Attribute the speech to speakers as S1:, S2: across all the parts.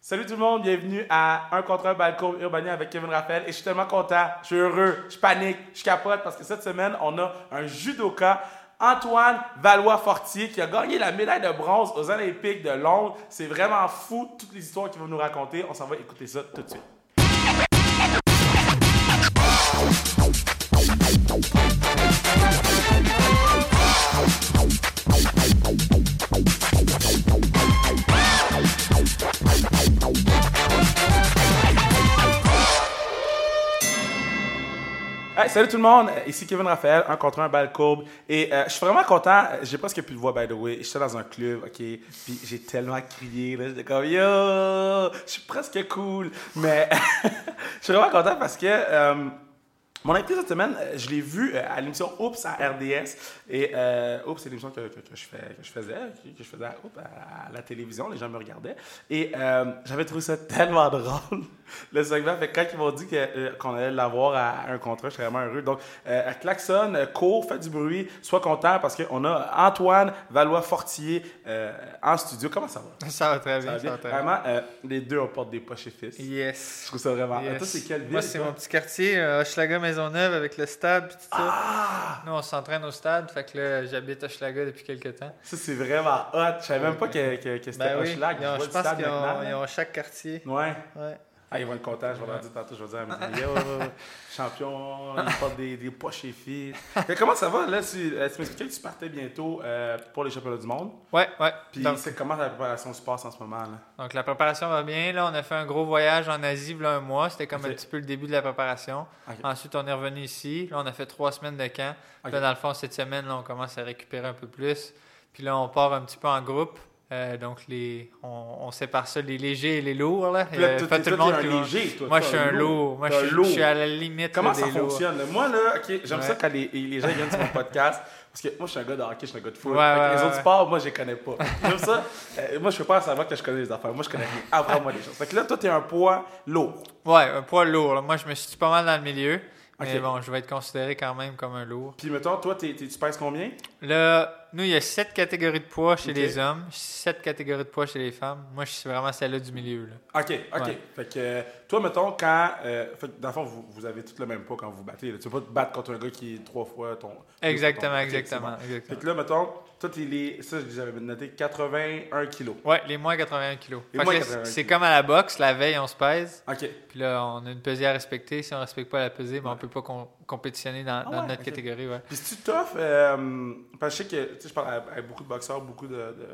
S1: Salut tout le monde, bienvenue à Un contre un balcon urbain avec Kevin Raphaël. Et je suis tellement content, je suis heureux, je panique, je capote parce que cette semaine, on a un judoka, Antoine Valois-Fortier, qui a gagné la médaille de bronze aux Olympiques de Londres. C'est vraiment fou, toutes les histoires qu'il va nous raconter. On s'en va écouter ça tout de suite. Hey, salut tout le monde, ici Kevin Raphaël, un contre un balle courbe. Et euh, je suis vraiment content, j'ai presque plus de voix, by the way. J'étais dans un club, ok, puis j'ai tellement crié, là, j'étais comme yo, je suis presque cool. Mais je suis vraiment content parce que. euh, mon invité cette semaine, euh, je l'ai vu euh, à l'émission Oups à RDS. Et euh, Oups, c'est l'émission que, que- que je fais- que je faisais, que je faisais à, Oups, à- à la télévision, les gens me regardaient. Et euh, j'avais trouvé ça tellement drôle, le segment. Fait que quand ils m'ont dit que, euh, qu'on allait l'avoir à un contrat, je suis vraiment heureux. Donc, euh, elle klaxonne, euh, cours, fait du bruit, sois content parce qu'on a Antoine Valois-Fortier euh, en studio. Comment ça va?
S2: Ça va très
S1: Ça va
S2: bien, ça
S1: bien?
S2: va très bien.
S1: Vraiment, euh, les deux, on porte des poches et fils. Je
S2: Yes.
S1: trouve ça vraiment.
S2: Yes.
S1: Ah, Toi, c'est quelle ville?
S2: Moi, c'est
S1: toi?
S2: mon petit quartier, euh, Hochelaga Maisonneuve, avec le stade. Pis tout ça.
S1: Ah!
S2: Nous, on s'entraîne au stade, fait que là, j'habite Hochelaga depuis quelques temps.
S1: Ça, c'est vraiment hot. Je savais même pas que, que, que c'était
S2: Ben oui,
S1: Hochelag.
S2: ils ont-
S1: Je vois
S2: je
S1: le
S2: pense
S1: stade
S2: qu'ils ont,
S1: maintenant, hein?
S2: ils
S1: là.
S2: ont chaque quartier.
S1: Ouais.
S2: Ouais.
S1: Ah, ils vont être contents. Je vais leur dire tantôt. Je vais dire à mes amis, Yo, champion, ils portent des, des poches et filles. Mais comment ça va? Là, tu, euh, tu m'expliquais que tu partais bientôt euh, pour les championnats du monde.
S2: Ouais, ouais.
S1: Puis
S2: Donc, Euh,
S1: c'est comment la préparation se passe en ce moment? Là?
S2: donc, la préparation va bien. Là, on a fait un gros voyage en Asie, là, un mois. C'était comme
S1: Ok.
S2: un petit peu le début de la préparation.
S1: Ok.
S2: Ensuite, on est revenu ici. Là, on a fait trois semaines de camp. Puis
S1: Ok.
S2: Là, dans le fond, cette semaine, là, on commence à récupérer un peu plus. Puis là, on part un petit peu en groupe. Euh, donc, les, on, on sépare ça, les légers et les lourds. Là.
S1: Puis là,
S2: Euh,
S1: toi,
S2: pas
S1: t'es-
S2: tout le
S1: toi,
S2: monde
S1: t'es
S2: qui
S1: un
S2: va-
S1: léger, toi.
S2: Moi,
S1: T'es
S2: je suis un lourd. Moi,
S1: T'es
S2: je
S1: un
S2: suis,
S1: lourd.
S2: je suis à la limite
S1: Comment
S2: là,
S1: ça
S2: des lourds.
S1: fonctionne? là? Moi, là, ok, j'aime
S2: Ouais.
S1: ça quand les, les gens viennent sur mon podcast. Parce que moi, je suis un gars de hockey, je suis un gars de foot.
S2: Ouais,
S1: Fait que
S2: ouais,
S1: les
S2: ouais,
S1: autres
S2: ouais.
S1: sports, moi, je les connais pas. J'aime ça. Euh, moi, je peux pas savoir que je connais les affaires. Moi, je connais rien. Apprends-moi les choses. Fait que là, toi, t'es un poids lourd.
S2: Ouais, un poids lourd. là. Moi, je me suis pas mal dans le milieu. Mais
S1: Ok.
S2: bon, je vais être considéré quand même comme un lourd.
S1: Puis, mettons, toi, t'es- t'es- tu pèses combien?
S2: Là, nous, il y a sept catégories de poids chez
S1: Ok.
S2: les hommes, sept catégories de poids chez les femmes. Moi, je suis vraiment celle-là du milieu. là.
S1: OK, OK.
S2: Ouais.
S1: Fait que euh, toi, mettons, quand. euh, fait que, dans le fond, vous, vous avez tous le même poids quand vous battez. là. Tu peux pas te battre contre un gars qui est trois fois ton.
S2: Exactement,
S1: ton- ok, c'est
S2: exactement,
S1: bon. Fait
S2: exactement.
S1: que là, mettons, toi, t'es les. Ça, j'avais noté 81 kilos.
S2: Ouais, les moins 81 kilos.
S1: Les
S2: Fait que
S1: moins
S2: là,
S1: 81
S2: C'est
S1: kilos.
S2: comme à la boxe, la veille, on se pèse.
S1: OK.
S2: Puis là, on a une pesée à respecter. Si on respecte pas la pesée, ben, on peut pas com- compétitionner dans, dans
S1: Ah ouais,
S2: notre
S1: ok.
S2: catégorie. Ouais.
S1: Puis si tu tough, euh, parce que je sais que tu sais, je parle à, à beaucoup de boxeurs, beaucoup de, de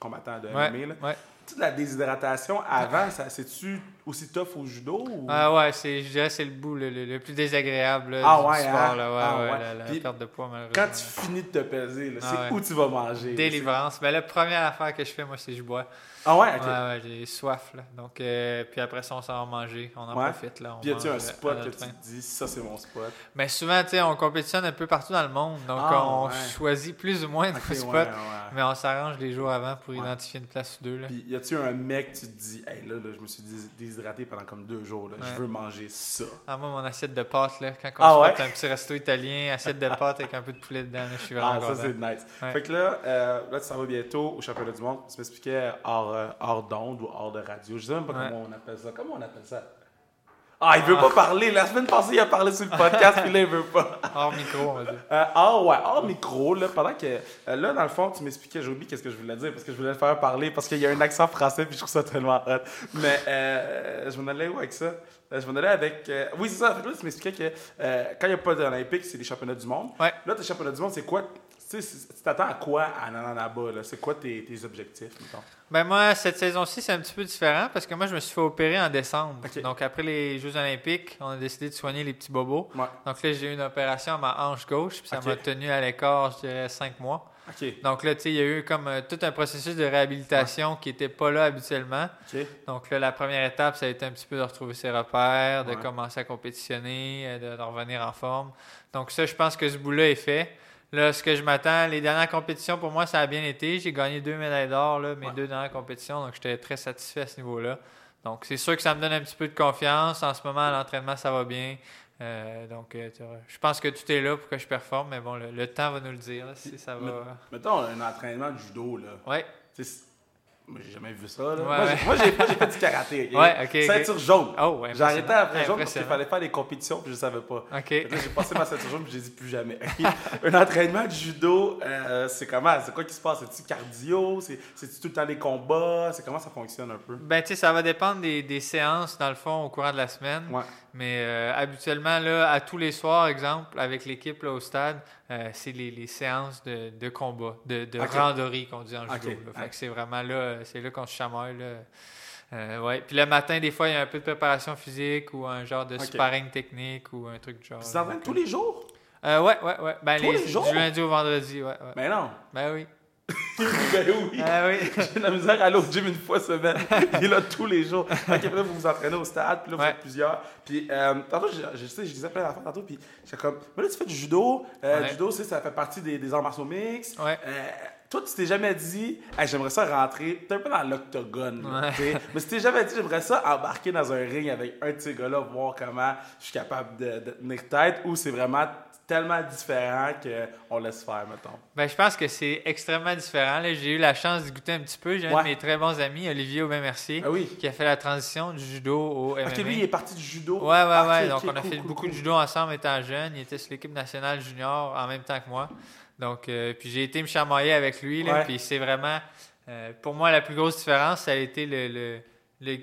S1: combattants de
S2: Ouais,
S1: MMA. là.
S2: ouais.
S1: Tu sais, la déshydratation avant, ça c'est-tu aussi tough au judo ou...
S2: Ah ouais, c'est, je dirais que c'est le bout le, le- le plus désagréable là,
S1: Ah
S2: du
S1: ouais,
S2: sport.
S1: hein?
S2: là. Ouais,
S1: Ah
S2: ouais,
S1: ouais.
S2: La, la
S1: Puis
S2: perte de poids, malheureusement.
S1: Quand tu finis de te peser, là,
S2: Ah
S1: c'est
S2: ouais.
S1: où tu vas manger. là,
S2: Délivrance. Mais la première affaire que je fais, moi, c'est que je bois.
S1: c'est- Ah ouais, ok.
S2: Ouais, ouais, j'ai soif. Là. Donc, euh, puis après ça, on s'en va manger. On en
S1: Ouais.
S2: profite. Là, on
S1: Puis y a-tu
S2: mange,
S1: un
S2: euh, à
S1: spot que
S2: notre
S1: tu
S2: faim.
S1: te dis, ça c'est mon spot?
S2: Mais souvent, tu sais, on compétitionne un peu partout dans le monde. Donc,
S1: Ah,
S2: on
S1: ouais.
S2: choisit plus ou moins nos
S1: Ok, ouais,
S2: spots.
S1: ouais.
S2: Mais on s'arrange les jours avant pour
S1: Ouais.
S2: identifier une place ou deux. Là.
S1: Puis y a-tu un mec, tu te dis, hey là, là, je me suis dés- déshydraté pendant comme deux jours, là,
S2: Ouais.
S1: je veux manger ça.
S2: Ah, moi, mon assiette de pâtes, là, quand on
S1: Ah
S2: se
S1: ouais?
S2: fait un petit resto italien, assiette de pâtes avec un peu de poulet dedans, là, je suis vraiment
S1: Ah, ça
S2: content.
S1: c'est nice.
S2: Ouais.
S1: Fait que là, euh, là, tu s'en vas bientôt au championnat du monde. Tu m'expliquais hors, euh, hors d'onde ou hors de radio. Je sais même pas
S2: Ouais.
S1: comment on appelle ça. Comment on appelle ça? Ah, il veut pas parler. La semaine passée, il a parlé sur le podcast, puis là, il veut pas.
S2: Hors micro, on va dire.
S1: Euh, ah ouais, hors micro, là, pendant que... euh, là, dans le fond, tu m'expliquais, j'ai oublié qu'est-ce que je voulais dire, parce que je voulais le faire parler, parce qu'il y a un accent français, puis je trouve ça tellement hot. Mais euh, je m'en allais où avec ça? Euh, je m'en allais avec... euh, oui, c'est ça, fait que là, tu m'expliquais que euh, quand il n'y a pas d'Olympique, c'est les championnats du monde.
S2: Ouais.
S1: Là, tes championnats du monde, c'est quoi... Tu sais, c'est- tu t'attends à quoi à Nananaba, là? C'est quoi tes, tes objectifs, mettons?
S2: Ben moi, cette saison-ci, c'est un petit peu différent parce que moi, je me suis fait opérer en décembre.
S1: Ok.
S2: Donc, après les Jeux Olympiques, on a décidé de soigner les petits bobos.
S1: Ouais,
S2: Donc là, j'ai eu une opération à ma hanche gauche, puis ça
S1: Ok.
S2: m'a tenu à l'écart, je dirais, cinq mois.
S1: OK,
S2: Donc là, tu sais, il y a eu comme euh, tout un processus de réhabilitation qui n'était pas là habituellement.
S1: OK.
S2: Donc là, la première étape, ça a été un petit peu de retrouver ses repères, de
S1: Ouais.
S2: commencer à compétitionner, euh, de, de revenir en forme. Donc ça, je pense que ce bout-là est fait. Là, ce que je m'attends, les dernières compétitions, pour moi, ça a bien été. J'ai gagné deux médailles d'or, là, mes
S1: Ouais.
S2: deux dernières compétitions, donc j'étais très satisfait à ce niveau-là. Donc c'est sûr que ça me donne un petit peu de confiance. En ce moment, à l'entraînement, ça va bien. Euh, donc euh, tu vois, je pense que tout est là pour que je performe, mais bon, le, le temps va nous le dire, là, si ça va...
S1: Mettons, un entraînement de judo, là.
S2: Ouais.
S1: Tu sais, Moi, j'ai jamais vu ça. Là.
S2: Ouais,
S1: moi, j'ai-
S2: ouais.
S1: moi, j'ai moi, j'ai fait du karaté. ok?
S2: Ouais, ok, ok.
S1: Ceinture jaune.
S2: Oh, ouais.
S1: J'ai arrêté après jaune parce qu'il
S2: Impressionnant.
S1: fallait faire des compétitions puis je savais pas. Fait
S2: OK.
S1: que là, J'ai passé ma ceinture jaune puis j'ai dit plus jamais. ok? Un entraînement de judo, euh, c'est comment C'est quoi qui se passe C'est-tu cardio C'est- C'est-tu tout le temps des combats C'est comment ça fonctionne un peu
S2: Ben, tu sais, ça va dépendre des, des séances, dans le fond, au courant de la semaine.
S1: Ouais.
S2: Mais euh, habituellement, là, à tous les soirs, exemple, avec l'équipe là, au stade, euh, c'est les, les séances de, de combat, de, de
S1: Ok.
S2: randonnée qu'on dit en judo.
S1: Ok.
S2: là. Fait
S1: Ouais.
S2: que c'est vraiment là, euh, c'est là qu'on se chamaille. Là. Euh, ouais. Puis le matin, des fois, il y a un peu de préparation physique ou un genre de
S1: Ok.
S2: sparring technique ou un truc du genre.
S1: Tu t'entraînes tous les jours
S2: Euh, ouais, ouais, ouais. Ben,
S1: Tous les jours?
S2: Du lundi au vendredi, ouais. ouais.
S1: Ben non.
S2: Ben oui.
S1: ben oui.
S2: Ben oui.
S1: J'ai de la misère à aller au gym une fois semaine. Il est là tous les jours. Fait qu'après, vous vous entraînez au stade, puis là, vous
S2: Ouais.
S1: êtes plusieurs. Puis, euh, tantôt, je, je sais, je disais plein d'affaires tantôt, puis j'étais comme, mais là, tu fais du judo. Euh,
S2: Ouais.
S1: Judo, tu sais, ça fait partie des, des arts martiaux mixtes.
S2: Ouais.
S1: Euh, toi, tu t'es jamais dit, Hey, j'aimerais ça rentrer, t'es un peu dans l'octogone, là, tu sais. mais si t'es jamais dit, j'aimerais ça embarquer dans un ring avec un de ces gars-là, voir comment je suis capable de, de tenir tête, ou c'est vraiment tellement différent qu'on laisse faire, mettons.
S2: Ben, je pense que c'est extrêmement différent. là. J'ai eu la chance de goûter un petit peu. J'ai un
S1: Ouais.
S2: de mes très bons amis, Olivier Aubin-Mercier,
S1: Ah oui.
S2: qui a fait la transition du judo au MMA.
S1: Ok, lui, il est parti du judo.
S2: Ouais, ouais,
S1: Ah, ok,
S2: ouais.
S1: ok,
S2: Donc, on a
S1: cool,
S2: fait
S1: cool,
S2: beaucoup
S1: cool.
S2: de judo ensemble étant jeune. Il était sur l'équipe nationale junior en même temps que moi. Donc, euh, puis j'ai été me chamailler avec lui. là.
S1: Ouais.
S2: Puis c'est vraiment, euh, pour moi, la plus grosse différence, ça a été le, le- le-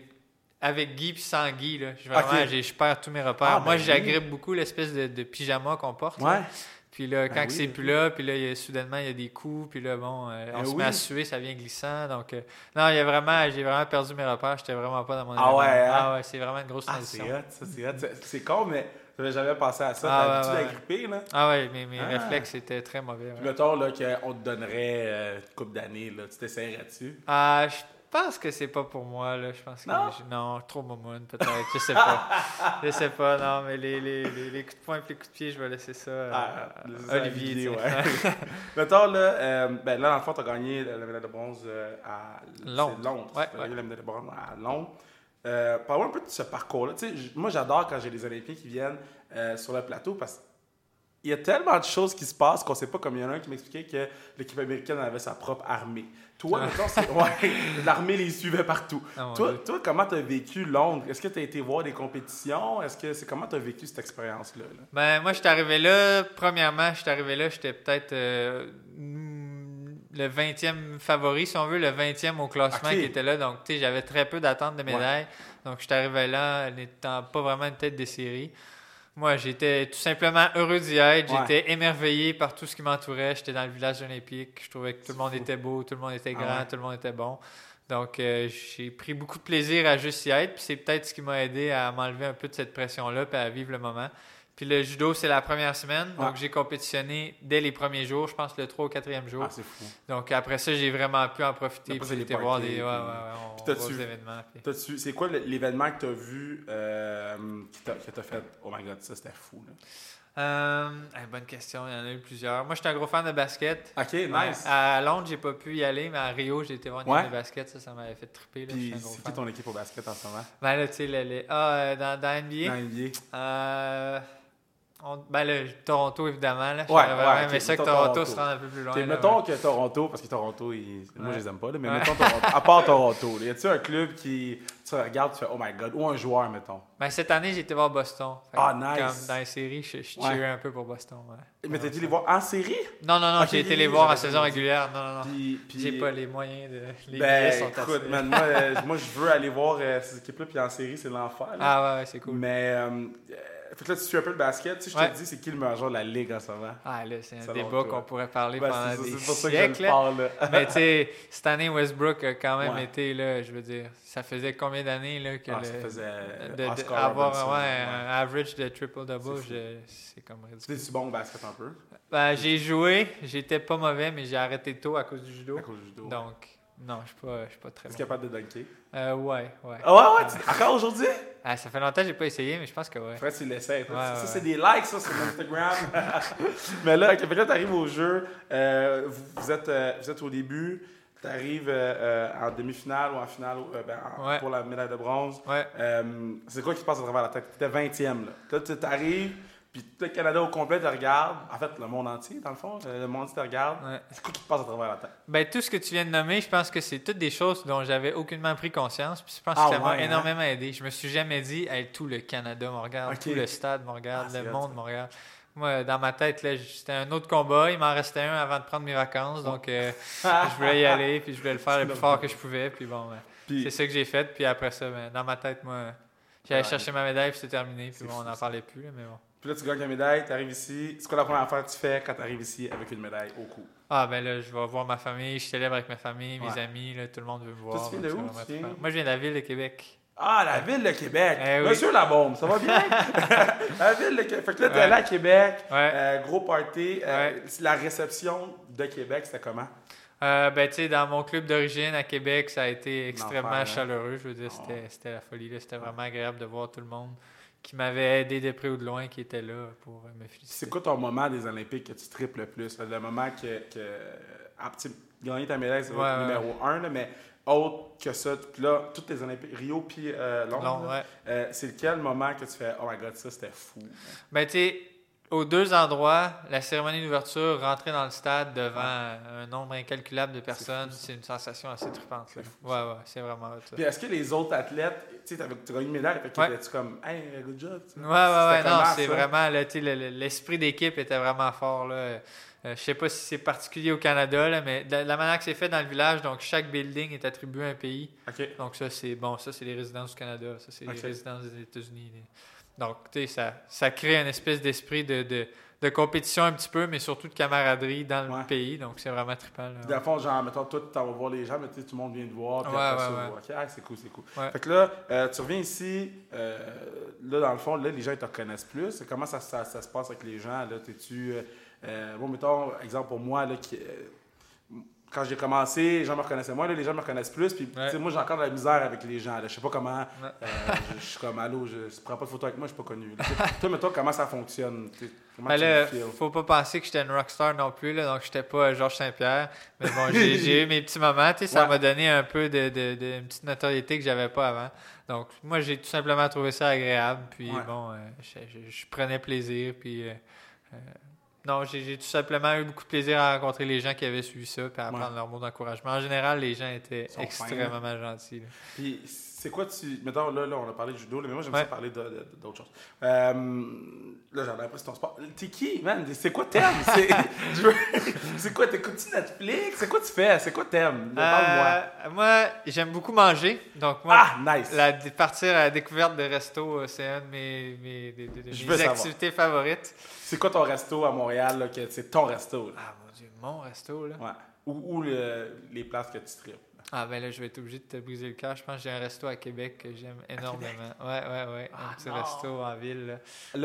S2: avec Guy puis sans Guy. Là. Je- Vraiment,
S1: Ok.
S2: j'ai- je perds tous mes repères.
S1: Ah,
S2: moi,
S1: ben oui.
S2: j'agrippe beaucoup l'espèce de, de pyjama qu'on porte. là.
S1: Ouais.
S2: Puis là, quand
S1: Ben
S2: que
S1: oui,
S2: c'est
S1: ben
S2: plus là, puis là, il y a- soudainement, il y a des coups, puis là, bon, euh, on
S1: Ben
S2: se met à
S1: oui.
S2: suer, ça vient glissant. Donc, euh, non, il y a vraiment, j'ai vraiment perdu mes repères, j'étais vraiment pas dans mon
S1: Ah
S2: élément.
S1: ouais, hein?
S2: Ah ouais, c'est vraiment une grosse
S1: Ah, c'est
S2: transition.
S1: hot, ça, c'est hot. C'est- C'est con, mais j'avais jamais pensé à ça.
S2: Ah,
S1: T'as l'habitude
S2: ouais, ouais.
S1: d'agripper, là.
S2: Ah ouais, mes, mes
S1: Ah.
S2: réflexes étaient très mauvais. ouais.
S1: Puis mettons, là, qu'on te donnerait euh, une couple d'années, là. Tu t'essayerais-tu?
S2: Ah, je pense que c'est pas pour moi, là. Je pense que
S1: Non?
S2: je- non trop momoun, peut-être. Je sais pas. je sais pas, non, mais les, les, les, les coups de poing et les coups de pied, je vais laisser ça euh, à,
S1: Ah,
S2: à
S1: ça,
S2: Olivier.
S1: ouais.
S2: tu sais.
S1: mettons, là, euh, ben, là, dans le fond, t'as gagné la médaille de bronze euh, à
S2: Londres.
S1: c'est Londres.
S2: Ouais,
S1: T'as
S2: ouais.
S1: gagné la médaille de bronze à Londres. Euh, Parle-moi un peu de ce parcours-là. Tu sais, j- moi, j'adore quand j'ai des Olympiens qui viennent euh, sur le plateau parce que Il y a tellement de choses qui se passent qu'on sait pas, comme il y en a un qui m'expliquait que l'équipe américaine avait sa propre armée. Toi, mettons, c'est- ouais, l'armée les suivait partout.
S2: Ah, mon
S1: toi,
S2: Dieu.
S1: toi, comment t'as vécu Londres? Est-ce que t'as été voir des compétitions? Est-ce que c'est comment t'as vécu cette expérience-là? là?
S2: Ben, moi, je suis arrivé là, premièrement, je suis arrivé là, j'étais peut-être euh, mm, le 20e favori, si on veut, le 20e au classement
S1: Ok.
S2: qui était là. Donc, tu sais, j'avais très peu d'attentes de médailles. Donc, je suis arrivé là, n'étant pas vraiment une tête des séries. Moi, j'étais tout simplement heureux d'y être.
S1: Ouais.
S2: J'étais émerveillé par tout ce qui m'entourait. J'étais dans le village olympique. Je trouvais que tout le monde était beau, tout le monde était
S1: Ah
S2: grand,
S1: ouais.
S2: tout le monde était bon. Donc, euh, j'ai pris beaucoup de plaisir à juste y être. Puis c'est peut-être ce qui m'a aidé à m'enlever un peu de cette pression-là puis à vivre le moment. Puis le judo, c'est la première semaine.
S1: Ouais.
S2: Donc, j'ai compétitionné dès les premiers jours, je pense le 3 ou 4e jour.
S1: Ah, c'est fou.
S2: Donc, après ça, j'ai vraiment pu en profiter.
S1: Après
S2: Puis
S1: ça, les
S2: j'étais voir
S1: parties,
S2: des
S1: puis-
S2: ouais, ouais, ouais, on
S1: Puis t'as-tu-
S2: va aux événements. puis-
S1: T'as-tu- C'est quoi le- l'événement que t'as vu euh, qui t'a- que t'as fait? Oh my god, ça c'était fou. Là.
S2: Euh, eh, bonne question, il y en a eu plusieurs. Moi, j'étais un gros fan de basket.
S1: Ok, nice.
S2: Ouais. À Londres, j'ai pas pu y aller, mais à Rio, j'ai été voir une
S1: Ouais.
S2: game de basket. Ça, ça m'avait fait triper. Là,
S1: Puis
S2: j'étais un gros
S1: c'est qui
S2: fan.
S1: ton équipe au basket en ce moment?
S2: Ben là, tu sais, le- le- ah, euh, dans, dans NBA,
S1: Dans NBA.
S2: euh, on- ben là, Toronto, évidemment. Là,
S1: Ouais,
S2: J'aurais
S1: ouais,
S2: vraiment
S1: ok,
S2: aimé ça que
S1: mettons
S2: Toronto,
S1: Toronto.
S2: se rende un peu plus loin.
S1: Ok,
S2: là,
S1: mettons
S2: ouais.
S1: que Toronto, parce que Toronto, ils- moi
S2: Ouais.
S1: je les aime pas, là, mais
S2: Ouais.
S1: mettons Toronto. À part Toronto, là, y a-tu un club qui tu regardes, tu fais oh my god, ou un joueur, mettons.
S2: Ben, cette année, j'ai été voir Boston. Fait que,
S1: Ah, nice.
S2: Comme dans les séries, je, je
S1: Ouais.
S2: cheerais un peu pour Boston. ouais.
S1: Mais t'as dû les voir en série?
S2: Non, non, non,
S1: Ok,
S2: j'ai été les
S1: ok,
S2: voir en
S1: j'avais
S2: saison
S1: pas dit.
S2: régulière. Non, non, non.
S1: Puis, puis-
S2: Ah. J'ai pas les moyens de. Les billets
S1: Ben
S2: sont
S1: écoute,
S2: assez-
S1: man, moi, euh, moi je veux aller voir euh, ces équipes-là, puis en série, c'est l'enfer. là.
S2: Ah, ouais, ouais, c'est cool.
S1: Mais, euh, euh, fait que là, tu suis un peu le basket. Tu sais, je
S2: Ouais.
S1: te dis, c'est qui le meilleur joueur de la ligue en ce moment?
S2: Ah, là, c'est un
S1: Selon
S2: débat
S1: toi.
S2: qu'on pourrait parler
S1: Ben,
S2: pendant
S1: c'est ça,
S2: des
S1: c'est pour ça que je
S2: siècles.
S1: le
S2: là.
S1: parle. là.
S2: Mais tu sais, cette année, Westbrook a quand même
S1: Ouais.
S2: été, là, je veux dire, ça faisait combien d'années là, que
S1: Ah,
S2: le-
S1: ça faisait
S2: de-
S1: euh,
S2: de-
S1: Oscar
S2: avoir
S1: Robertson,
S2: ouais, euh,
S1: ouais.
S2: un average de triple-double,
S1: C'est fou.
S2: je- c'est comme
S1: Tu
S2: ridicule.
S1: es bon au basket un peu?
S2: Ben, j'ai joué, j'étais pas mauvais, mais j'ai arrêté tôt à cause du judo.
S1: À cause du judo.
S2: Donc, non, je suis pas, je suis pas très
S1: Tu es
S2: bon.
S1: capable de dunker?
S2: Euh, ouais, ouais.
S1: Ah ouais, ouais, tu- encore aujourd'hui?
S2: Ah, ça fait longtemps que j'ai pas essayé, mais je pense que ouais.
S1: Après, tu l'essaies. toi.
S2: Ouais,
S1: ça,
S2: ouais,
S1: c'est des likes, ça, sur Instagram. Mais là, ok, fait que là, t'arrives au jeu. euh, vous, vous êtes, euh, vous êtes au début. T'arrives euh, euh, en demi-finale ou en finale euh, ben, en-
S2: Ouais.
S1: pour la médaille de bronze.
S2: Ouais.
S1: Euh, c'est quoi qui te passe à travers la tête? T'étais 20e, là. Là, tu t'arrives, Puis tout le Canada au complet te regarde. En fait, le monde entier, dans le fond. euh, Le monde entier te regarde.
S2: Ouais.
S1: C'est quoi qui te passe à travers la tête?
S2: Ben, tout ce que tu viens de nommer, je pense que c'est toutes des choses dont j'avais aucunement pris conscience. Puis je pense
S1: Ah
S2: que ça m'a
S1: ouais, hein?
S2: énormément aidé. Je me suis jamais dit, Hey, tout le Canada me regarde,
S1: Ok.
S2: tout le stade me regarde,
S1: Ah, c'est
S2: le
S1: hot,
S2: monde
S1: ça.
S2: me regarde. Moi, dans ma tête, là, c'était un autre combat. Il m'en restait un avant de prendre mes vacances. Donc, euh, je voulais y aller, puis je voulais le faire le plus fort que je pouvais. Puis bon, ben,
S1: Puis-
S2: c'est ça que j'ai fait. Puis après ça, ben, dans ma tête, moi, j'allais
S1: Ouais.
S2: chercher ma médaille, puis c'était terminé.
S1: C'est
S2: Puis bon, on
S1: fou,
S2: n'en
S1: ça.
S2: parlait plus, là, mais bon.
S1: Puis là, tu gagnes la médaille, t'arrives ici. C'est quoi la première affaire que tu fais quand t'arrives ici avec une médaille au cou?
S2: Ah ben là, je vais voir ma famille, je célèbre avec ma famille, mes
S1: Ouais.
S2: amis, là, tout le monde veut me voir.
S1: viens
S2: donc
S1: de
S2: c'est
S1: où,
S2: vraiment
S1: tu
S2: super.
S1: viens?
S2: Moi, je viens de la ville de Québec.
S1: Ah, la ville de Québec!
S2: Eh oui.
S1: Monsieur Labombe, ça va bien? la ville de Québec. Fait que là, t'es allé à Québec.
S2: Ouais.
S1: Euh, gros party. Euh, La réception de Québec, c'était comment?
S2: Euh, ben, tu sais, dans mon club d'origine à Québec, ça a été extrêmement
S1: L'enfer, hein?
S2: chaleureux. Je veux dire,
S1: Ah.
S2: c'était, c'était la folie. Là. C'était vraiment agréable de voir tout le monde qui m'avait aidé de près ou de loin, qui était là pour euh, me féliciter.
S1: C'est quoi ton moment des Olympiques que tu triples le plus? là? Le moment que. que ah, tu sais, gagner ta médaille, c'est
S2: Ouais, ouais.
S1: numéro un, là, mais autre que ça, t- là, toutes les Olympiques, Rio puis euh, Londres,
S2: Non,
S1: là,
S2: ouais.
S1: euh, c'est lequel moment que tu fais Oh my god, ça c'était fou.
S2: Ben, tu sais, aux deux endroits, la cérémonie d'ouverture, rentrer dans le stade devant un nombre incalculable de personnes, c'est, une sensation assez trippante. là. ouais, ouais, c'est vraiment hot, ça.
S1: Puis est-ce que les autres athlètes, tu sais, t'avais- tu as une médaille, fait que
S2: Ouais.
S1: t'étais-tu comme Hey, good job? tu sais?
S2: Ouais, ouais, ouais,
S1: C'était
S2: non,
S1: comment,
S2: c'est
S1: ça?
S2: vraiment, là, tu sais, le- le- l'esprit d'équipe était vraiment fort, là. Euh, je sais pas si c'est particulier au Canada, là, mais de la, de la manière que c'est fait dans le village, donc chaque building est attribué à un pays.
S1: Ok.
S2: Donc ça, c'est bon, ça, c'est les résidences du Canada, ça, c'est
S1: Ok.
S2: les résidences des États-Unis. les- Donc, tu sais, ça, ça crée une espèce d'esprit de, de, de compétition un petit peu, mais surtout de camaraderie dans le
S1: Ouais.
S2: pays, donc c'est vraiment trippant, là.
S1: Puis Dans le fond, genre, mettons, toi, tu t'en vas voir les gens, mais tu sais, tout le monde vient te voir. Puis
S2: Ouais,
S1: après
S2: ouais,
S1: ça,
S2: ouais.
S1: vous- ok, ah, c'est cool, c'est cool.
S2: Ouais.
S1: Fait que là, euh, tu reviens ici, euh, là, dans le fond, là, les gens, ils te reconnaissent plus. Comment ça, ça, ça se passe avec les gens? Là, t'es-tu. euh, euh, bon, mettons, exemple pour moi, là, qui. euh, quand j'ai commencé, les gens me reconnaissaient moins, là, les gens me reconnaissent plus. Puis,
S2: Ouais.
S1: tu sais, moi, j'ai encore de la misère avec les gens. là. Je sais pas comment.
S2: Ouais.
S1: euh, je- je suis comme, allô, je, je prends pas de photo avec moi, je suis pas connu. là. toi, mais toi, comment ça fonctionne? T'es- Comment
S2: Ben
S1: tu
S2: là,
S1: le feels?
S2: faut pas penser que j'étais une rockstar non plus, là, donc j'étais pas euh, Georges Saint-Pierre. Mais bon, j'ai j'ai eu mes petits moments, tu sais, ça
S1: Ouais.
S2: m'a donné un peu de, de- de- une petite notoriété que j'avais pas avant. Donc, moi, j'ai tout simplement trouvé ça agréable, puis
S1: Ouais.
S2: bon, euh, je, je- je prenais plaisir, puis. euh, euh, non, j'ai j'ai tout simplement eu beaucoup de plaisir à rencontrer les gens qui avaient suivi ça, puis à
S1: Ouais.
S2: prendre leurs mots d'encouragement. En général, les gens étaient
S1: Ils sont fins, hein.
S2: extrêmement gentils. là.
S1: Puis, c'est quoi tu. Mettons, là, là, on a parlé de judo, là, mais moi, j'aime
S2: Ouais.
S1: ça parler de- de- d'autres choses. Euh, là, j'en ai appris sur ton sport. T'es qui, man? C'est quoi t'aimes? C'est je veux- c'est quoi? T'écoutes-tu Netflix? C'est quoi tu fais? C'est quoi t'aimes? Parle-moi.
S2: Euh, moi, j'aime beaucoup manger, donc moi,
S1: Ah, nice!
S2: La, de partir à la découverte de resto, euh, c'est une de mes, mes- de- de- de
S1: Je
S2: mes
S1: veux savoir.
S2: activités favorites.
S1: C'est quoi ton resto à Montréal? là, que C'est ton resto. là?
S2: Ah mon dieu, mon resto là.
S1: Ouais. Ou, ou le- les places que tu tripes.
S2: Ah ben là, je vais être obligé de te briser le cœur. Je pense que j'ai un resto à Québec que j'aime énormément. Ouais, ouais, ouais.
S1: Ah,
S2: un petit
S1: non.
S2: resto en ville. là.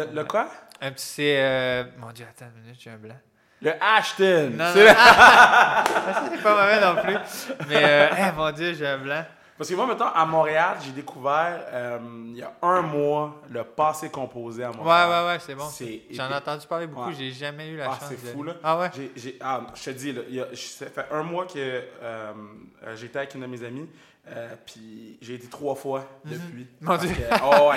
S1: Le, le quoi?
S2: Un petit c'est. euh, Mon dieu, attends une minute, j'ai un blanc.
S1: Le Ashton!
S2: Non, non,
S1: C'est-
S2: non. Ça, c'est pas mauvais non plus. Mais euh, hey, mon dieu, j'ai un blanc.
S1: Parce que moi, mettons, à Montréal, j'ai découvert euh, il y a un mois le passé composé à
S2: Ouais,
S1: Montréal.
S2: ouais, ouais, c'est bon.
S1: C'est
S2: J'en ai
S1: épique.
S2: entendu parler beaucoup,
S1: Ouais.
S2: j'ai jamais eu la
S1: Ah,
S2: chance.
S1: c'est
S2: d'y
S1: fou,
S2: aller.
S1: là.
S2: Ah ouais.
S1: J'ai- j'ai- ah, je te dis, là, il y a- je- ça fait un mois que euh, euh, j'étais avec une de mes amies, euh, puis j'ai été trois fois depuis.
S2: Mhm. Mon
S1: Parce
S2: Dieu.
S1: que- oh, ouais,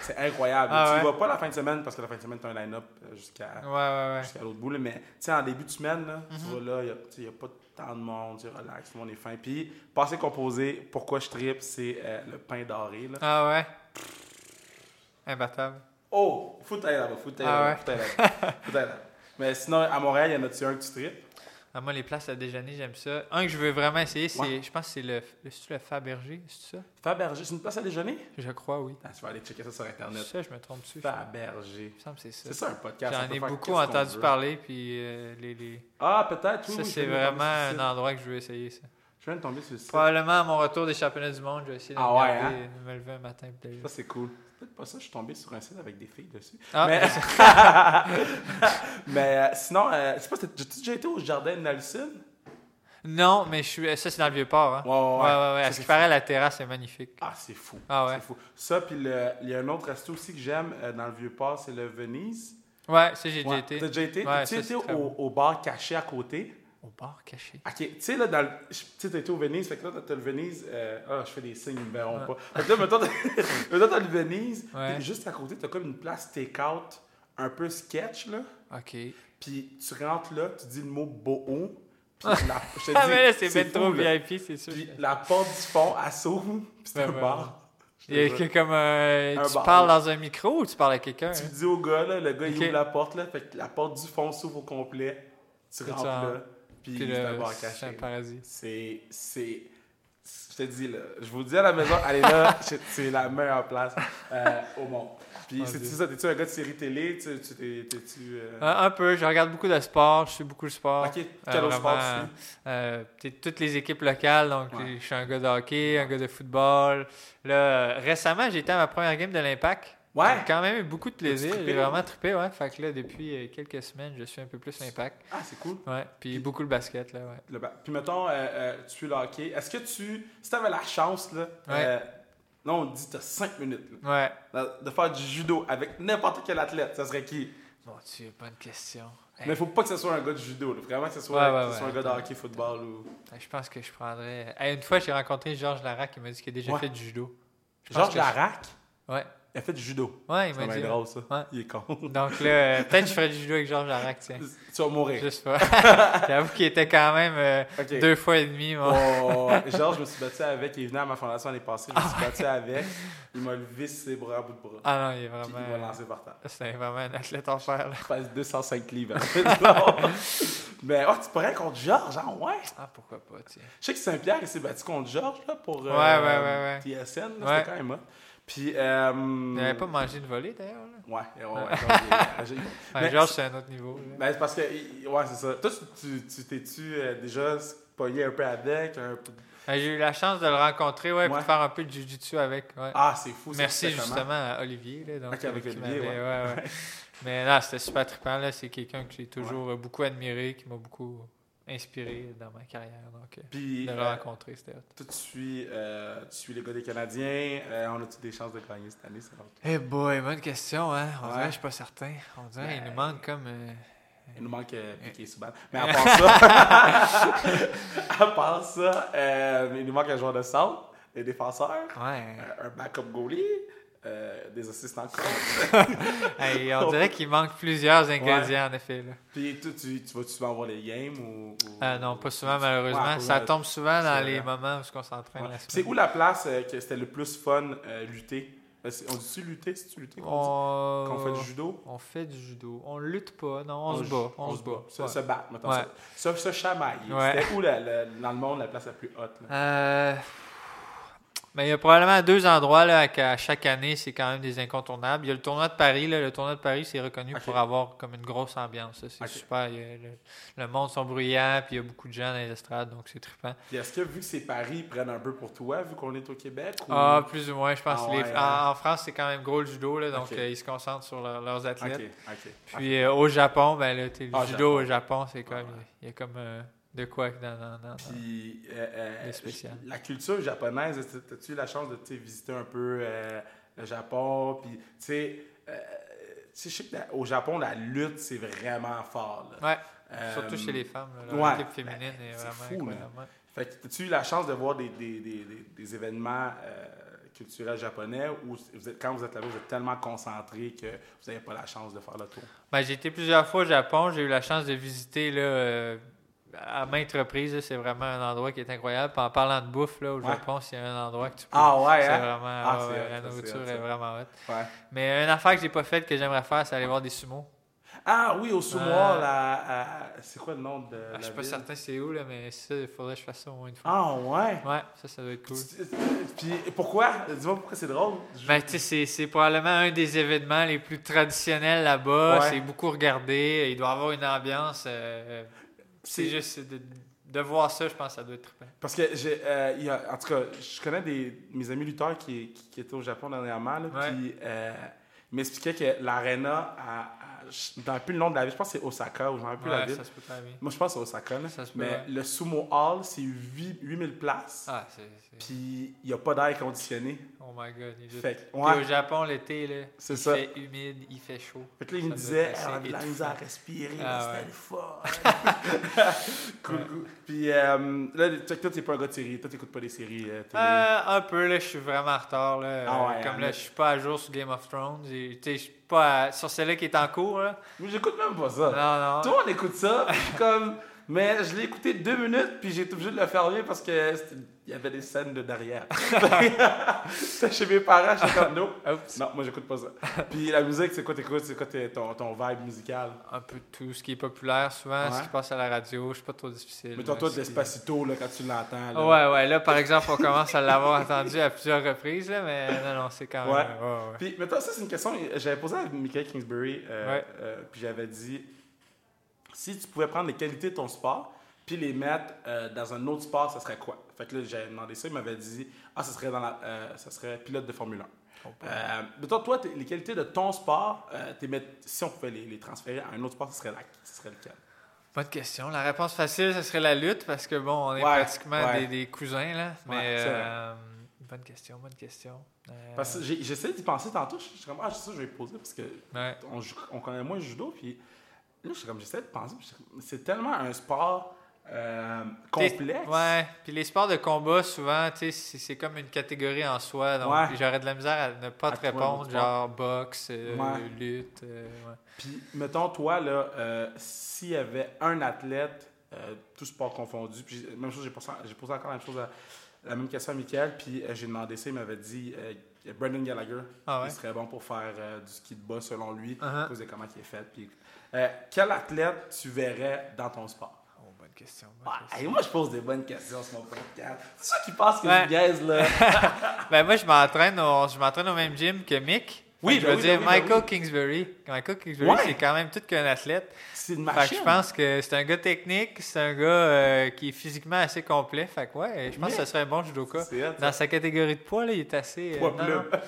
S1: c'est- c'est incroyable.
S2: Ah,
S1: tu y
S2: ouais.
S1: vas pas la fin de semaine, parce que la fin de semaine, tu un line-up euh, jusqu'à
S2: Ouais, Mhm. ouais, ouais.
S1: jusqu'à l'autre bout, là, mais tu sais, en début de semaine, là, tu vas là, il n'y a, pas tant de monde, tu relax, tout le monde est fin. Puis, passé composé, pourquoi je tripe, c'est euh, le pain doré. Là.
S2: Ah ouais. Imbattable.
S1: Oh, faut que t'ailles là-bas, faut que t'ailles là-bas,
S2: Ah, ouais.
S1: faut que t'ailles là-bas, faut que t'ailles là-bas. Mais sinon, à Montréal, il y en a-tu un que tu tripes?
S2: Ah, moi, les places à déjeuner, j'aime ça. Un que je veux vraiment essayer, c'est,
S1: Ouais.
S2: je pense que c'est le, le, c'est-tu le Fabergé, c'est ça?
S1: Fabergé, c'est une place à déjeuner?
S2: Je crois, oui.
S1: Attends, tu vas Ah, aller checker ça sur
S2: C'est
S1: Internet.
S2: ça, je me trompe dessus.
S1: Fabergé.
S2: Il me semble que c'est ça.
S1: C'est ça un podcast. on
S2: J'en
S1: peut
S2: ai
S1: faire
S2: beaucoup
S1: qu'est-ce qu'on
S2: entendu
S1: veut.
S2: parler, puis euh, les, les-
S1: Ah, peut-être, oui.
S2: ça,
S1: oui, je
S2: c'est
S1: viens de tomber
S2: vraiment
S1: sur le
S2: un
S1: site.
S2: endroit que je veux essayer, ça.
S1: Je viens de tomber sur le site.
S2: Probablement, à mon retour des championnats du monde, je vais essayer de,
S1: Ah
S2: me
S1: ouais,
S2: garder- de me lever un matin. Puis d'aller-
S1: Ça, c'est cool. Peut-être pas ça, je suis tombé sur un site avec des filles dessus.
S2: Ah,
S1: mais mais euh, sinon, euh, je sais pas, t'as- t'as-tu déjà été au jardin de Nelson?
S2: Non, mais je suis... ça, c'est dans le Vieux-Port, hein?
S1: Ouais, ouais, ouais.
S2: ouais.
S1: Ça,
S2: À ce
S1: c'est
S2: qui paraît, la terrasse est magnifique.
S1: Ah, c'est fou.
S2: Ah ouais.
S1: C'est fou. Ça, puis le- il y a un autre resto aussi que j'aime euh, dans le Vieux-Port, c'est le Venise.
S2: Ouais, ça, j'ai
S1: Ouais.
S2: déjà
S1: T'as
S2: été.
S1: déjà été?
S2: Ouais,
S1: T'as-tu
S2: ça,
S1: été
S2: c'est très
S1: au,
S2: bon.
S1: au bar caché à côté?
S2: Au bar caché.
S1: Ok, tu sais, là, dans le... je- tu sais, t'as été au Venise, fait que là, t'as le Venise. euh, Ah, je fais des signes, ils me verront pas. Fait que là, mettons, t'as- mettons, t'as le Venise,
S2: Ouais.
S1: puis juste à côté, t'as comme une place take-out, un peu sketch, là.
S2: OK.
S1: Puis tu rentres là, tu dis le mot boho. Puis la, je te
S2: Ah, mais là,
S1: dis,
S2: c'est ben
S1: fou,
S2: trop
S1: là.
S2: VIP, c'est sûr.
S1: Puis la porte du fond, elle s'ouvre. Puis c'est
S2: Ben,
S1: un
S2: ben,
S1: bar. Je
S2: Il y a
S1: te jure.
S2: que comme euh,
S1: Un
S2: tu
S1: bar.
S2: parles dans un micro ou tu parles à quelqu'un?
S1: Tu
S2: hein?
S1: dis au gars, là, le gars, il
S2: Ok.
S1: ouvre la porte, là. Fait que la porte du fond s'ouvre au complet. Tu
S2: Puis
S1: rentres
S2: tu en-
S1: là. Puis
S2: Puis
S1: c'est un
S2: là,
S1: bar
S2: c'est un
S1: caché.
S2: paradis.
S1: C'est. C'est. Je te dis, là, je vous le dis à la maison, allez là, c'est- c'est la meilleure place euh, au monde. Puis,
S2: Oh,
S1: c'est-tu
S2: Dieu. Ah,
S1: ça? T'es-tu un gars de série télé? Tu, tu, t'es- t'es-tu. euh, ah,
S2: Un, un peu, je regarde beaucoup de sport, je suis beaucoup le sport.
S1: ok, quel autre sport
S2: euh, vraiment,
S1: tu suis?
S2: Euh, t'es- toutes les équipes locales, donc
S1: Ouais.
S2: je suis un gars de hockey, un gars de football. Là, euh, récemment, j'ai été à ma première game de l'Impact.
S1: Ouais.
S2: J'ai quand même eu beaucoup de plaisir.
S1: trippé,
S2: J'ai
S1: ouais?
S2: vraiment trippé, ouais. Fait que là, depuis euh, quelques semaines, je suis un peu plus l'Impact.
S1: Ah, c'est cool.
S2: Ouais. Puis beaucoup le basket, là, ouais.
S1: Le ba- Puis, mettons, euh, euh, tu suis le hockey. Est-ce que tu. Si t'avais la chance, là. euh, là, on te dit, t'as 5 minutes,
S2: Ouais.
S1: là, de faire du judo avec n'importe quel athlète, ça serait qui?
S2: Bon, tu bonne question. Hey,
S1: Mais faut pas que ce soit un gars de judo, là. Vraiment que ce soit,
S2: Ouais, ouais,
S1: que ce soit
S2: ouais,
S1: un gars de
S2: attends.
S1: hockey, football ou.
S2: Je pense que je prendrais. Hey, une fois, j'ai rencontré Georges Larac, il m'a dit qu'il a déjà
S1: Ouais.
S2: fait du judo. Je pense
S1: Georges
S2: que
S1: Larac,
S2: je- Ouais.
S1: il a fait du judo.
S2: Ouais, il
S1: Ça
S2: m'a
S1: va
S2: dit.
S1: être drôle, ça.
S2: Ouais.
S1: Il est con.
S2: Donc là, euh, peut-être que je ferais du judo avec Georges Larac, tiens.
S1: Tu vas mourir.
S2: Juste pas. J'avoue qu'il était quand même euh,
S1: Ok.
S2: deux fois et demi. Mon...
S1: Oh, genre, je me suis battu avec. Il est venu à ma fondation l'année passée. Je me suis battu avec. Il m'a levé ses bras à bout de bras.
S2: Ah non, il est
S1: Puis il m'a
S2: vraiment.
S1: lancé par terre.
S2: C'est vraiment un athlète en fer. là.
S1: Je pèse 205 livres. hein. Non. Mais oh, tu pourrais contre Georges, hein? Ouais.
S2: Ah, pourquoi pas, tiens.
S1: Je sais que Saint-Pierre il s'est battu contre Georges là, pour euh,
S2: Ouais, ouais,
S1: TSN. là, C'était
S2: Ouais.
S1: quand même hot. Puis. Euh,
S2: Il n'avait pas mangé de volée d'ailleurs. là.
S1: Ouais, ouais, ouais, Georges, il-
S2: Ouais,
S1: Mais-
S2: Georges, c'est un autre niveau. là.
S1: Ben, c'est parce que. il- Ouais, c'est ça. Toi, tu- tu tu t'es-tu euh, déjà pogné un peu avec? un peu-
S2: Ben, J'ai eu la chance de le rencontrer, ouais, puis
S1: Ouais.
S2: de faire un peu de jujitsu avec. Ouais.
S1: Ah, c'est fou. ça,
S2: Merci
S1: c'est comment?
S2: justement à Olivier. Là, donc, euh,
S1: Ok, avec
S2: qui
S1: Olivier,
S2: m'avait- ouais, ouais. Mais là, c'était super trippant. là. C'est quelqu'un que j'ai toujours euh, beaucoup admiré, qui m'a beaucoup inspiré dans ma carrière. Donc, euh,
S1: Puis,
S2: de le
S1: euh,
S2: rencontrer, c'était hot.
S1: Toi, tu suis, euh, tu suis les gars des Canadiens. Euh, on a-tu des chances de gagner cette année? c'est vrai?
S2: Eh boy, bonne question, hein? On
S1: Ouais.
S2: dirait que je suis pas certain. On dirait qu'il
S1: Ben,
S2: nous manque comme. euh,
S1: Il nous manque euh, Piqué Souban. Mais à part ça, à part ça euh, il nous manque un joueur de centre, des défenseurs,
S2: Ouais.
S1: euh, un backup goalie, euh, des assistants coach.
S2: Hey, on dirait qu'il manque plusieurs ingrédients, en effet. là.
S1: Puis toi, tu, tu vas souvent voir les games ou. ou-
S2: Euh, non, pas souvent,
S1: Ouais,
S2: malheureusement.
S1: pas
S2: Ça
S1: mal.
S2: tombe souvent
S1: C'est
S2: dans les
S1: vrai.
S2: moments où on s'entraîne
S1: Ouais.
S2: la
S1: Puis C'est
S2: semaine.
S1: où la place euh, que c'était le plus fun euh, lutter? Euh, c'est- On dit-tu lutter? C'est-tu lutter? qu'on dit?
S2: On...
S1: Quand on fait du judo?
S2: on fait du judo. On lutte pas, non, on, se
S1: ju-
S2: bat. On, se bat.
S1: Oh, Se,
S2: Ouais.
S1: se battre, mettons.
S2: Ouais.
S1: Se, se- se chamailler.
S2: Ouais.
S1: C'était où la- la- dans le monde la place la plus haute? là?
S2: Euh, Mais il y a probablement deux endroits là, qu'à chaque année, c'est quand même des incontournables. Il y a le tournoi de Paris. là. Le tournoi de Paris, c'est reconnu
S1: Ok.
S2: pour avoir comme une grosse ambiance. là. C'est
S1: Ok.
S2: super. Il y a le, le monde sont bruyants, puis il y a beaucoup de gens dans les estrades, donc c'est trippant.
S1: Puis est-ce que vu que c'est Paris, ils prennent un peu pour toi, vu qu'on est au Québec? Ou...
S2: Ah, plus ou moins, je pense.
S1: Ah
S2: que les-
S1: ouais, hein.
S2: en, en France, c'est quand même gros le judo, là, donc
S1: Ok.
S2: euh, ils se concentrent sur leur-
S1: ok,
S2: leurs athlètes.
S1: ok.
S2: Puis euh, au Japon, ben, là, t'es le
S1: Ah,
S2: judo au Japon, c'est comme.
S1: ouais.
S2: Il y a comme euh, de quoi dans, dans- dans-
S1: Ah, Puis euh, euh,
S2: Des spéciales.
S1: la culture japonaise, t'as- t'as-tu eu la chance de tu sais, visiter un peu euh, le Japon? Puis, tu sais, euh, tu sais, je sais que la- au Japon, la lutte, c'est vraiment fort. là.
S2: Ouais,
S1: Euh,
S2: surtout chez les femmes. là. Leur
S1: ouais. Ben,
S2: équipe féminine est,
S1: c'est
S2: vraiment
S1: fou, là.
S2: incroyable. hein. ouais.
S1: Fait que t'as-tu eu la chance de voir des, des, des, des- des événements euh, culturels japonais où vous êtes, quand vous êtes là-bas, vous êtes tellement concentré que vous n'avez pas la chance de faire le tour?
S2: Ben, j'ai été plusieurs fois au Japon. J'ai eu la chance de visiter là, euh, à maintes reprises. là. C'est vraiment un endroit qui est incroyable. Puis en parlant de bouffe, là, au
S1: Ouais.
S2: Japon, s'il y a un endroit que tu peux.
S1: Ah ouais,
S2: c'est
S1: hein?
S2: vraiment.
S1: Ah,
S2: ouais,
S1: c'est
S2: ouais,
S1: hot, ça,
S2: la
S1: c'est hot,
S2: nourriture
S1: ça.
S2: est vraiment hot.
S1: Ouais.
S2: Mais une affaire que j'ai pas faite que j'aimerais faire, c'est aller voir des sumo.
S1: Ah oui, au sumo,
S2: Ah.
S1: la- à- c'est quoi le nom de.
S2: Ah,
S1: Euh, la
S2: je suis pas
S1: ville?
S2: certain c'est où, là, mais ça, il faudrait que je fasse ça au moins une fois.
S1: Ah ouais!
S2: Ouais, ça, ça doit être cool.
S1: Puis pourquoi? Dis-moi pourquoi c'est drôle. Je-
S2: Ben, tu sais, c'est- c'est probablement un des événements les plus traditionnels là-bas.
S1: Ouais.
S2: C'est beaucoup regardé. Il doit y avoir une ambiance. euh, c'est
S1: C'est-
S2: juste c'est de, de voir ça, je pense que ça doit être trippant.
S1: Parce que, j'ai, euh, il y a- en tout cas, je connais des, mes amis lutteurs qui, qui, qui étaient au Japon dernièrement, là,
S2: Ouais.
S1: puis euh, ils m'expliquaient que l'arena, à- à- je ne me rappelle plus le nom de la ville, je pense que c'est Osaka, ou je ne me rappelle plus la
S2: Ouais,
S1: ville.
S2: ça se peut très bien.
S1: Moi, je pense que c'est Osaka, là.
S2: Ça se peut,
S1: mais
S2: ouais.
S1: le Sumo Hall, c'est 8 8000 places,
S2: Ah, c'est. c'est-
S1: puis il n'y a pas d'air conditionné.
S2: Oh my god, il est
S1: Fait que,
S2: Puis
S1: ouais,
S2: au Japon, l'été, là,
S1: C'est
S2: il
S1: ça.
S2: fait humide, il fait chaud.
S1: Fait que là, il me
S2: Ça
S1: disait,
S2: doit être
S1: Ah, on a de la
S2: assez
S1: misère à respirer, mais
S2: Ah,
S1: c'était
S2: ouais.
S1: le fun. cool, cool. Puis euh, là, tu sais que toi, t'es pas un gars de série. Toi, t'écoutes pas des séries. euh, télé.
S2: Euh, un peu, là, je suis vraiment en retard. Là.
S1: Ah ouais,
S2: Euh, Comme
S1: hein,
S2: là,
S1: mais-
S2: je suis pas à jour sur Game of Thrones. Et, tu sais, je suis pas à- sur celle-là qui est en cours. Là.
S1: Mais j'écoute même pas ça.
S2: Non, non.
S1: Tout le monde écoute ça, puis je suis comme. Mais je l'ai écouté deux minutes, puis j'ai été obligé de le fermer parce que c'était- il y avait des scènes de derrière. J'étais chez mes parents, j'étais comme non.
S2: Oups.
S1: Non, moi j'écoute pas ça. Puis la musique, c'est quoi t'écoutes, c'est quoi t'es- ton, ton vibe musical.
S2: Un peu de tout ce qui est populaire souvent,
S1: Ouais.
S2: ce qui passe à la radio, je suis pas trop difficile.
S1: Mettons
S2: là,
S1: toi
S2: ce
S1: de
S2: qui-
S1: l'espacito là, quand tu l'entends. là.
S2: Ouais, ouais, là, par exemple, on commence à l'avoir entendu à plusieurs reprises, là, mais non, non, c'est quand même.
S1: Ouais.
S2: ouais, ouais.
S1: Puis mettons ça c'est une question, j'avais posé à Michael Kingsbury, euh,
S2: Ouais.
S1: euh, puis j'avais dit si tu pouvais prendre les qualités de ton sport puis les mettre euh, dans un autre sport, ça serait quoi Fait que là j'avais demandé ça, il m'avait dit ah ça serait dans la, euh, ça serait pilote de Formule 1. Euh, mettons, toi, t'es- les qualités de ton sport, euh, t'es met- si on pouvait les, les transférer à un autre sport, ce serait, la- ce serait lequel?
S2: Pas de question. La réponse facile, ce serait la lutte, parce que bon, on est
S1: Ouais,
S2: pratiquement
S1: ouais.
S2: Des, des cousins, là. Mais.
S1: c'est vrai.
S2: euh, bonne question, bonne question. Euh,
S1: Parce que j'ai- j'essayais d'y penser tantôt, je je suis comme, ah, c'est ça, je vais poser, parce que
S2: ouais.
S1: on, jou- on connaît moins le judo, puis là, je suis comme, j'essaie de penser, puis je suis comme, c'est tellement un sport euh,
S2: T'es-
S1: complexe.
S2: Ouais. Puis les sports de combat, souvent, tu sais, c'est c'est comme une catégorie en soi. Donc,
S1: Ouais.
S2: j'aurais de la misère à ne pas
S1: À
S2: te
S1: trouver un
S2: répondre,
S1: autre sport.
S2: genre boxe, euh,
S1: Ouais.
S2: lutte. euh, ouais.
S1: Puis, mettons, toi, là, euh, s'il y avait un athlète, euh, tout sport confondu, puis j'ai- même chose, j'ai posé, j'ai posé encore la même chose, à- la même question à Michael, puis euh, j'ai demandé ça, il m'avait dit euh, Brendan Gallagher.
S2: Ah ouais.
S1: Il serait bon pour faire euh, du ski de bas, selon lui,
S2: Uh-huh.
S1: à cause de comment il est fait. Puis, euh, quel athlète tu verrais dans ton sport?
S2: Oh, bonne question. bonne question.
S1: Ouais, et moi, je pose des bonnes questions sur mon podcast. C'est ça qui pense que
S2: Ouais.
S1: je niaise, là.
S2: Ben moi, je m'entraîne au, je m'entraîne au même gym que Mick.
S1: Oui,
S2: Fait que je
S1: ben
S2: veux
S1: oui,
S2: dire,
S1: ben oui, ben
S2: Michael Kingsbury. Michael Kingsbury,
S1: Ouais.
S2: c'est quand même tout qu'un athlète.
S1: C'est une
S2: Fait
S1: machine.
S2: que je pense que c'est un gars technique, c'est un gars euh, qui est physiquement assez complet. Fait que ouais, je pense que ce serait un bon judoka.
S1: C'est hot, ça.
S2: Dans sa catégorie de poids, là, il est assez. euh,
S1: Poids
S2: non,
S1: plume.
S2: non.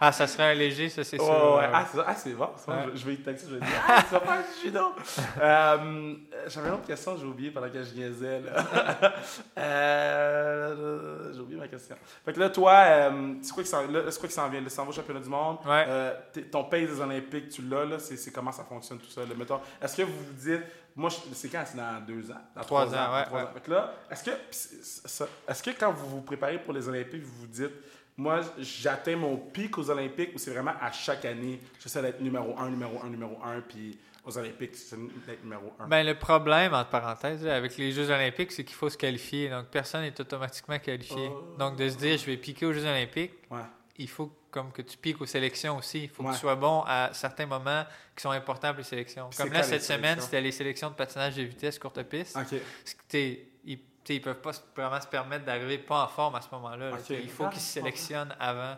S2: ah, ça serait un léger, ça, c'est
S1: Ouais,
S2: sûr.
S1: ouais,
S2: ouais,
S1: Ah, c'est, ah, c'est bon. ça,
S2: Ouais.
S1: je, je vais y texter, je vais dire, ah, tu vas faire du judo. Euh, j'avais une autre question, j'ai oublié pendant que je niaisais. là. Euh, j'ai oublié ma question. Fait que là, toi, euh, c'est quoi qui s'en, là, c'est quoi qui s'en vient? Le s'en va au championnat du monde.
S2: Ouais.
S1: Euh, t'es- ton pays des Olympiques, tu l'as, là, c'est, c'est comment ça fonctionne tout ça. là. Mettons, est-ce que vous vous dites, moi, je- c'est quand? C'est dans deux ans? Dans
S2: Trois ans,
S1: dans
S2: ouais,
S1: trois
S2: ouais.
S1: ans. Fait que là, est-ce que, pis c'est- c'est- ça- est-ce que quand vous vous préparez pour les Olympiques, vous vous dites, moi, j'atteins mon pic aux Olympiques ou c'est vraiment à chaque année, j'essaie d'être numéro un, numéro un, numéro un, puis aux Olympiques, c'est d'être numéro un.
S2: Ben, le problème, entre parenthèses, là, avec les Jeux Olympiques, c'est qu'il faut se qualifier. Donc, personne n'est automatiquement qualifié.
S1: Oh.
S2: Donc, de se dire, je vais piquer aux Jeux Olympiques,
S1: Ouais.
S2: il faut comme que tu piques aux sélections aussi. Il faut
S1: Ouais.
S2: que tu sois bon à certains moments qui sont importants pour les sélections.
S1: Puis c'est
S2: Comme là,
S1: quoi, les
S2: cette semaine,
S1: sélections?
S2: c'était les sélections de patinage de vitesse courte piste.
S1: OK.
S2: Parce que, t'sais, ils, t'sais, ils peuvent pas se- vraiment se permettre d'arriver pas en forme à ce moment-là. là.
S1: Ok.
S2: T'sais, Il faut
S1: Ah,
S2: qu'ils se
S1: je comprends.
S2: sélectionnent avant.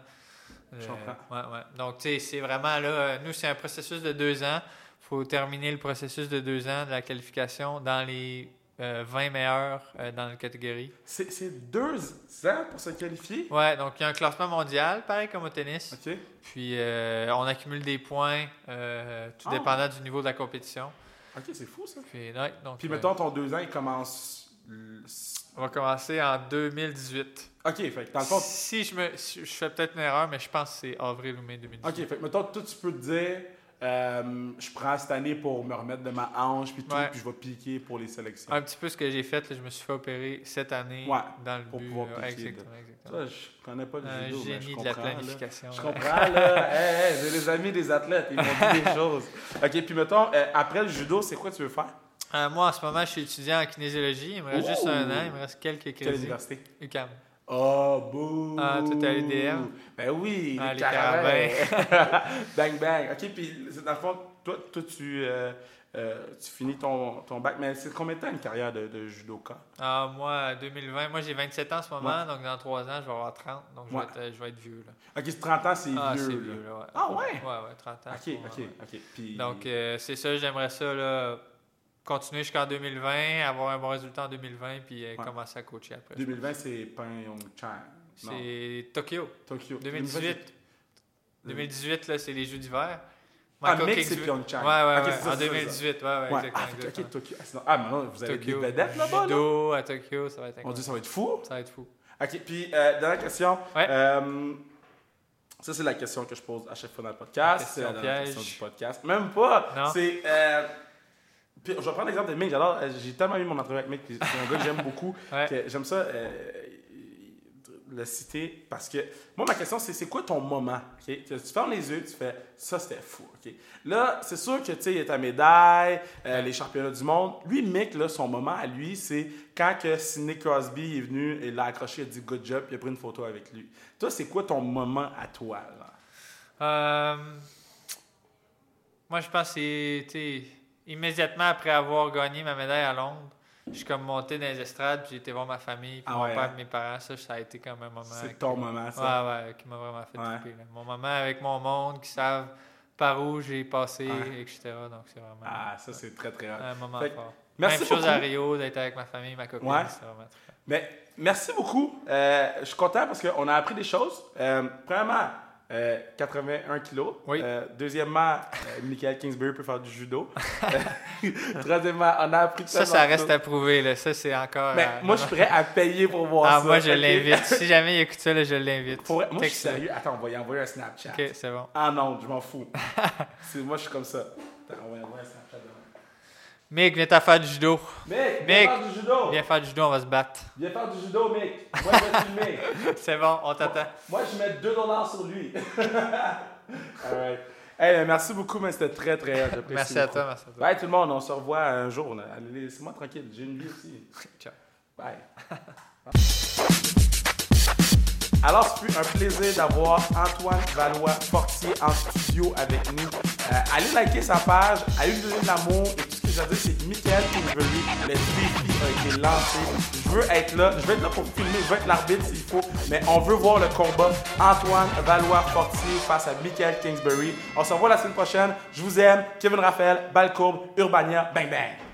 S1: Je
S2: Euh,
S1: comprends.
S2: ouais, ouais. Donc, t'sais, c'est vraiment là. euh, Nous, c'est un processus de deux ans. faut terminer le processus de deux ans de la qualification dans les euh, 20 meilleurs euh, dans la catégorie.
S1: C'est, c'est deux ans pour se qualifier?
S2: Ouais, donc il y a un classement mondial, pareil comme au tennis.
S1: OK.
S2: Puis euh, on accumule des points euh, tout
S1: Ah.
S2: dépendant du niveau de la compétition.
S1: OK, c'est fou, ça.
S2: Puis, ouais, donc,
S1: Puis
S2: euh,
S1: mettons, ton deux ans, il commence... le-
S2: on va commencer en 2018.
S1: OK, fait que dans le fond,
S2: Si je me si- je fais peut-être une erreur, mais je pense que c'est avril ou mai 2018.
S1: OK, fait que mettons, toi, tu peux te dire, euh, je prends cette année pour me remettre de ma hanche, puis tout,
S2: Ouais.
S1: puis je vais piquer pour les sélections.
S2: Un petit peu ce que j'ai fait, là, je me suis fait opérer cette année
S1: Ouais,
S2: dans le
S1: pour
S2: but.
S1: pouvoir
S2: là,
S1: piquer
S2: exactement,
S1: Ça,
S2: exactement.
S1: je connais pas le
S2: Un
S1: judo, mais je
S2: génie de
S1: comprends.
S2: la
S1: là.
S2: planification.
S1: Je
S2: ouais.
S1: comprends, là. Hey, hey, j'ai des amis des athlètes, ils m'ont dit des choses. OK, puis mettons, euh, après le judo, c'est quoi tu veux faire?
S2: Euh, moi, en ce moment, je suis étudiant en kinésiologie. Il me reste juste
S1: Ouh!
S2: un an. Il me reste quelques
S1: Quelle
S2: crédits.
S1: université?
S2: UQAM.
S1: Oh, bouh!
S2: Ah, tout à l'UDM.
S1: Ben oui, les
S2: Ah, les
S1: carabins. bang, bang. OK, puis c'est dans le fond, toi, toi tu, euh, euh, tu finis ton, ton bac, mais c'est combien de temps une carrière de, de judoka?
S2: Ah, moi, 2020, moi j'ai 27 ans en ce moment, donc dans 3 ans, je vais avoir 30, donc je,
S1: Ouais.
S2: vais, être, euh, je vais être vieux. Là.
S1: OK, c'est 30 ans, c'est
S2: ah,
S1: vieux.
S2: c'est
S1: là.
S2: vieux, là, ouais.
S1: Ah, ouais?
S2: Ouais, ouais, 30 ans.
S1: OK,
S2: ouais,
S1: OK,
S2: ouais.
S1: OK. Puis,
S2: Donc, euh, c'est ça, j'aimerais ça, là, continuer jusqu'en 2020, avoir un bon résultat en 2020, puis euh,
S1: Ouais.
S2: commencer à coacher après.
S1: 2020, c'est Pyeongchang. Non,
S2: C'est Tokyo,
S1: Tokyo.
S2: 2018. 2018, là, c'est les Jeux d'hiver.
S1: Ah,
S2: Michael
S1: mec, c'est
S2: Kingsbury-
S1: Pyeongchang.
S2: Ouais, ouais,
S1: Ok, c'est
S2: ouais,
S1: ça,
S2: en
S1: c'est ça, c'est ça.
S2: 2018, ouais, ouais,
S1: Ouais.
S2: exactement.
S1: Ah, ok,
S2: exactement.
S1: Tokyo. Ah, c'est non. Ah, mais non, vous avez
S2: Tokyo,
S1: des vedettes là-bas, là?
S2: judo à Tokyo, ça va être
S1: Mon
S2: incroyable.
S1: Dieu, ça va être fou.
S2: Ça va être fou.
S1: OK, puis euh, dernière question.
S2: Ouais.
S1: Euh, ça, c'est la question que je pose à chaque fois dans le podcast.
S2: La
S1: C'est la
S2: question
S1: dernière
S2: piège.
S1: question du podcast. Même pas.
S2: Non.
S1: C'est. euh, puis je vais prendre l'exemple de Mick. Alors, j'ai tellement eu mon entrevue avec Mick. puis C'est un gars que j'aime beaucoup.
S2: Ouais.
S1: que J'aime ça euh, le citer parce que. Moi, ma question, c'est c'est quoi ton moment? ok? Tu tu fermes les yeux, tu fais ça, c'était fou. ok? Là, c'est sûr que tu sais, il y a ta médaille, euh, les championnats du monde. Lui, Mick, là, son moment à lui, c'est quand que Sidney Crosby est venu et l'a accroché, il a dit good job, puis il a pris une photo avec lui. Toi, c'est quoi ton moment à toi? Là?
S2: Euh, moi, je pense que c'est tu sais, immédiatement après avoir gagné ma médaille à Londres. Je suis comme monté dans les estrades, puis j'ai été voir ma famille, puis
S1: Ah
S2: mon
S1: ouais,
S2: père
S1: hein?
S2: et mes parents. Ça, ça a été comme un moment.
S1: C'est ton moment, ça.
S2: Ouais, ouais, qui m'a vraiment fait
S1: Ouais.
S2: triper, là. Mon moment avec mon monde, qui savent par où j'ai passé,
S1: Ouais.
S2: etc. Donc, c'est vraiment
S1: Ah, ça, c'est très, très rare.
S2: un moment
S1: Fait que-
S2: fort.
S1: Merci
S2: Même chose
S1: beaucoup.
S2: à Rio, d'être avec ma famille, ma copine.
S1: Ouais.
S2: c'est vraiment très-
S1: Mais merci beaucoup. Euh, je suis content parce qu'on a appris des choses. Euh, premièrement, euh, 81 kilos.
S2: Oui.
S1: Euh, deuxièmement, euh, Michael Kingsbury peut faire du judo. Euh, Troisièmement, on a appris
S2: Ça, ça
S1: tellement de
S2: reste
S1: choses.
S2: à prouver. Là. Ça, c'est encore.
S1: Mais
S2: euh,
S1: moi,
S2: non,
S1: je suis
S2: non.
S1: prêt à payer pour voir
S2: Ah,
S1: ça.
S2: moi, je
S1: ok?
S2: l'invite. si jamais il écoute ça, là, je l'invite.
S1: Pour- Moi, je suis
S2: Texte-le.
S1: sérieux. Attends, on va y envoyer un Snapchat.
S2: Ok, c'est bon.
S1: Ah non, je m'en fous. C'est- moi, je suis comme ça. Attends, on va y envoyer un Snapchat demain.
S2: Mec, viens t'en faire du judo.
S1: Mec, viens
S2: Mec,
S1: faire du judo.
S2: Viens faire du judo, on va se battre.
S1: Viens faire du judo, mec. Moi, je vais filmer.
S2: C'est bon, on t'attend.
S1: Moi, je mets 2 dollars sur lui. Alright. Hey, ben, merci beaucoup, mais c'était très, très hot. J'apprécie
S2: Merci à
S1: beaucoup.
S2: toi, merci à toi.
S1: Bye tout le monde, on se revoit un jour. là. Allez, Laissez-moi tranquille, j'ai une vie aussi.
S2: Ciao.
S1: Bye. Alors, ce fut un plaisir d'avoir Antoine Valois Fortier en studio avec nous. Euh, allez liker sa page, allez lui donner de l'amour. Et tout ce que j'ai à dire, c'est Michael Kingsbury, le défi a été lancé. Je veux être là, je vais être là pour filmer, je vais être l'arbitre s'il faut, mais on veut voir le combat Antoine Valois Fortier face à Michael Kingsbury. On se revoit la semaine prochaine. Je vous aime. Kevin Raphaël, Balcourbe, Urbania, bang bang.